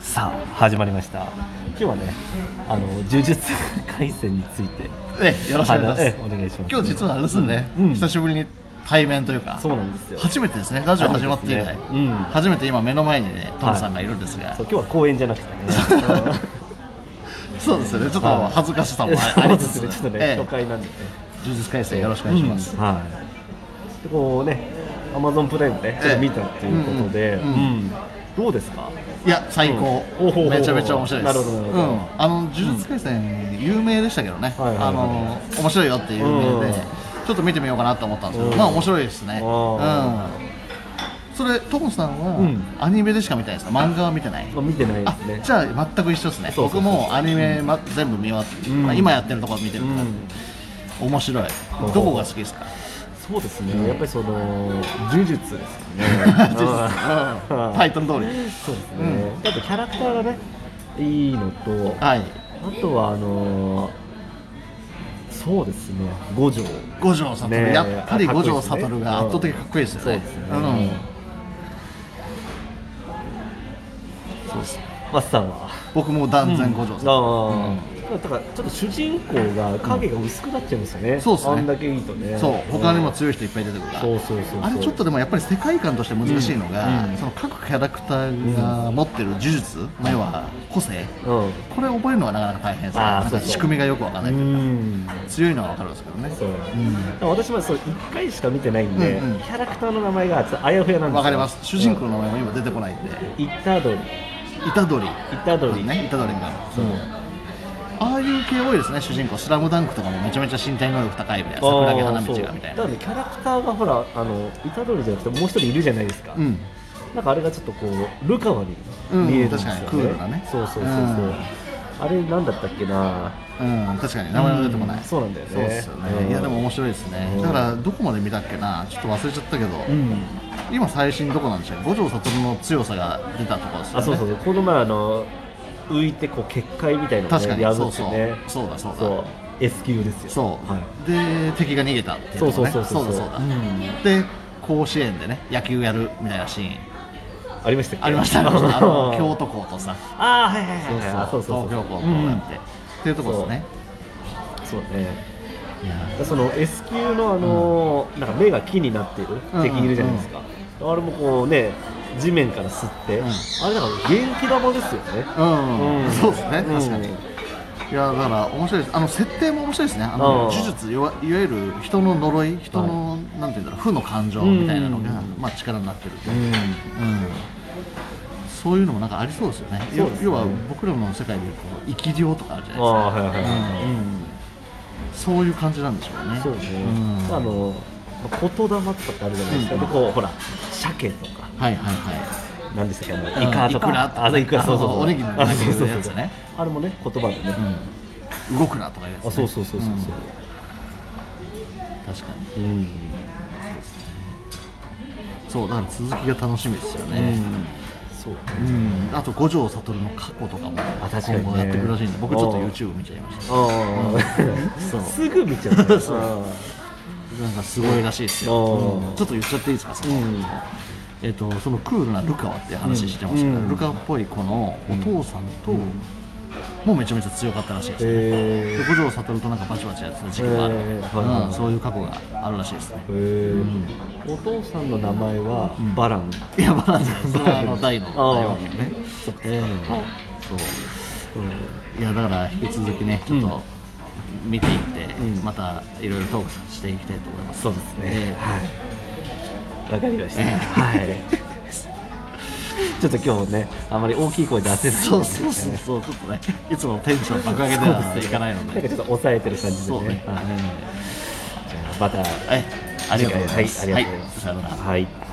さあ始まりました今日はねあの呪術廻戦についてええよろしくお願いします、ええお願いします今日実はあれですね、うん久しぶりに対面というかそうなんですよ初めてですねラジオ始まって以初来、めてですねうん初めて今目の前にねトムさんがいるんですが、そう今日は公演じゃなくてね そうですよねちょっとはい恥ずかしさもあそあうりでつつ、すねちょっとね、え初え、回なんでね呪術改正よろしくお願いします、はいでこうねアマゾンプライムでちょっと見たっていうことで、ええうんううんどうですかいや最高、うんおほほほめちゃめちゃ面白いですなるほどなるほどうん、あの呪術廻戦有名でしたけどね、はいはいはいあの面白いよっていう有名で、うんちょっと見てみようかなと思ったんですけど、うんまあ面白いですね、ううんん、それトムさんは、うんアニメでしか見てないですか漫画は見てないまあ見てないであすねじゃあ全く一緒ですねそうそうそう僕もアニメ、ま、全部見終わって、うんまあ今やってるところ見てるうから、ん面白いうんどこが好きですかそうですね、やっぱりその呪術ですよね 呪術うんタイトル通そりうですね、やっぱキャラクターがねいいのとあはいとはあのーそうですね五条五条悟、ねえやっぱり五条かっこいいです悟ねが圧倒的にかっこいいですようんね。そうですねそうですマスさんは僕も断然五条悟、ああ、だからちょっと主人公が影が薄くなっちゃいますよね、そうっすねあんだけいいとねそう他にもい、強い人いっぱい出てくるから、そうそうそうそうあれちょっとでもやっぱり世界観として難しいのが、うんうんその各キャラクターが持ってる呪術、まあ要は個性うんこれを覚えるのがなかなか大変ですねあーなんそうかそう仕組みがよくわかんなうい、ん強いのはわかるんですけどねそう、ん私もそう1回しか見てないんで、うんうんキャラクターの名前がちょっとあやふやなんですよわかります主人公の名前も今出てこないんでイタドリイ虎杖タドリ、ね虎杖がそうああいう系多いですね主人公「スラムダンクとかもめちゃめちゃ身体能力高いみたいな桜木花道がみただいなからねキャラクターがほらあのイタドリじゃなくてもう一人いるじゃないですか、うんなんかあれがちょっとこうルカワに見えるんですよね,、うん確かにクールなねそうそうそうそう、うんあれなんだったっけなうん確かに名前は出てこない、うんそうなんだよねそうですよね、うんいやでも面白いですね、うんだからどこまで見たっけなちょっと忘れちゃったけど、うん今最新どこなんでしたっけ五条悟の強さが出たところですよねあそうそうそうこの前あの浮いてこう結界みたいなのを確かねにやるそうってそうねそうだそうだそう S 級ですよそう、はい、で敵が逃げたっていうそのうそうねそうそうだそうだ、うんで甲子園でね野球やるみたいなシーンありましたっけあり ましたねあの京都校とさあーはいはいはいはいあそうそうそう東京校とうんやって、っていうところですねそうねいやその S 級のあのーなんか目が木になっているうん敵いるじゃないですか、あれもこうね地面から吸って、うんあれだから元気玉ですよねうん、うんそうですねうん確かに、いやだから面白いですあの設定も面白いですねあのうん呪術いわいわゆる人の呪い人の、なんていうんだろう負の感情みたいなのが、うまあ、力になってると、うんうんそういうのもなんかありそうですよねそうですねよ要は僕らの世界でいうこう生き量とかあるじゃあないあはいはいはい、うですかそういう感じなんでしょうねそうね、んあの言霊とかあるじゃないですか、うんでこうほら鮭とかはいはいはい何でしたっけあのうんイカとか、イクラとかあそうイクラそうそうそうおにぎりのあそうそうそうやつねあれもね言葉でね、うん動くなとかいうやつ、ね、あそうそうそうそうそんう確かにうん、そうだから続きが楽しみですようね、ん、そうねうん、あと五条悟の過去とかも確かにね今後やってくるらしいんで、僕ちょっと YouTube 見ちゃいましたああ、そうすぐ見ちゃうね。 そうあなんかすごいらしいですおよ、ーうんちょっと言っちゃっていいですかそあの,、うん、えっとそのクールなルカワっていう話してましたけど、うんルカワっぽい子のお父さんと、もうめちゃめちゃ強かったらしいです、ねえで五条悟となんかバチバチやってた時期がある、へーはいはいはいうんそういう過去があるらしいですねー、えー、お父さんの名前はバラン。いやバランスそれはあの大のあー大王ねえーそういやだから引き続きねちょっと見ていって、うんまたいろいろトークしていきたいと思います、そうですね。えはい。わかりました。はい。ちょっと今日ね、あまり大きい声出せえない。そうそうそうそうちょっとねいつもテンション爆上げでそうはですねいかないのなんかでちょっと抑えてる感じでそうねね。はいじゃあまた。はいありがとうございますはいありがとうございますはさよならはい。